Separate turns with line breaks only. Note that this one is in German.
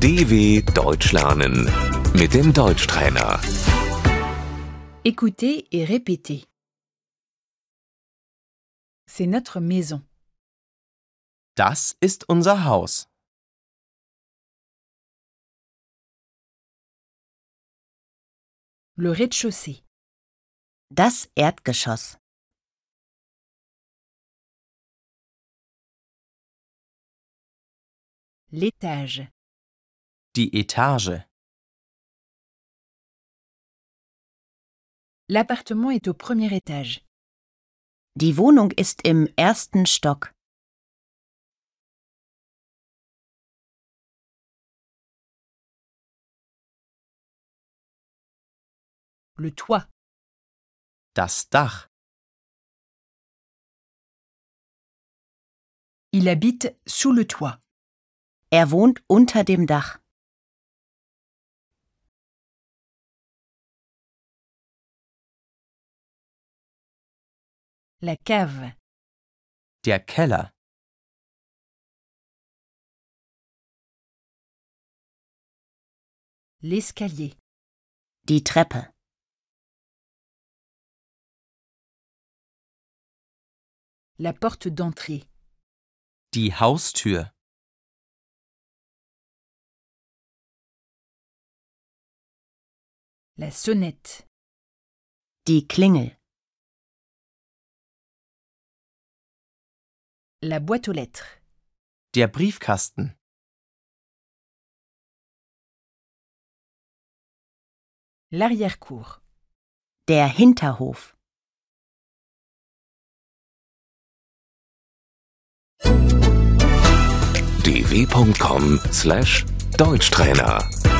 DW Deutsch lernen mit dem Deutschtrainer.
Écoutez et répétez. C'est notre maison.
Das ist unser Haus.
Le rez-de-chaussée,
Das Erdgeschoss,
l'étage,
Die Etage.
l'appartement est au premier étage,
die Wohnung ist im ersten Stock,
le toit,
Das Dach.
il habite sous le toit,
er wohnt unter dem Dach,
la cave,
Der Keller.
l'escalier,
die Treppe,
la porte d'entrée,
Die Haustür.
la sonnette,
die Klingel,
la boîte aux lettres,
Der Briefkasten.
l'arrière-cour,
der Hinterhof.
dw.com/deutschtrainer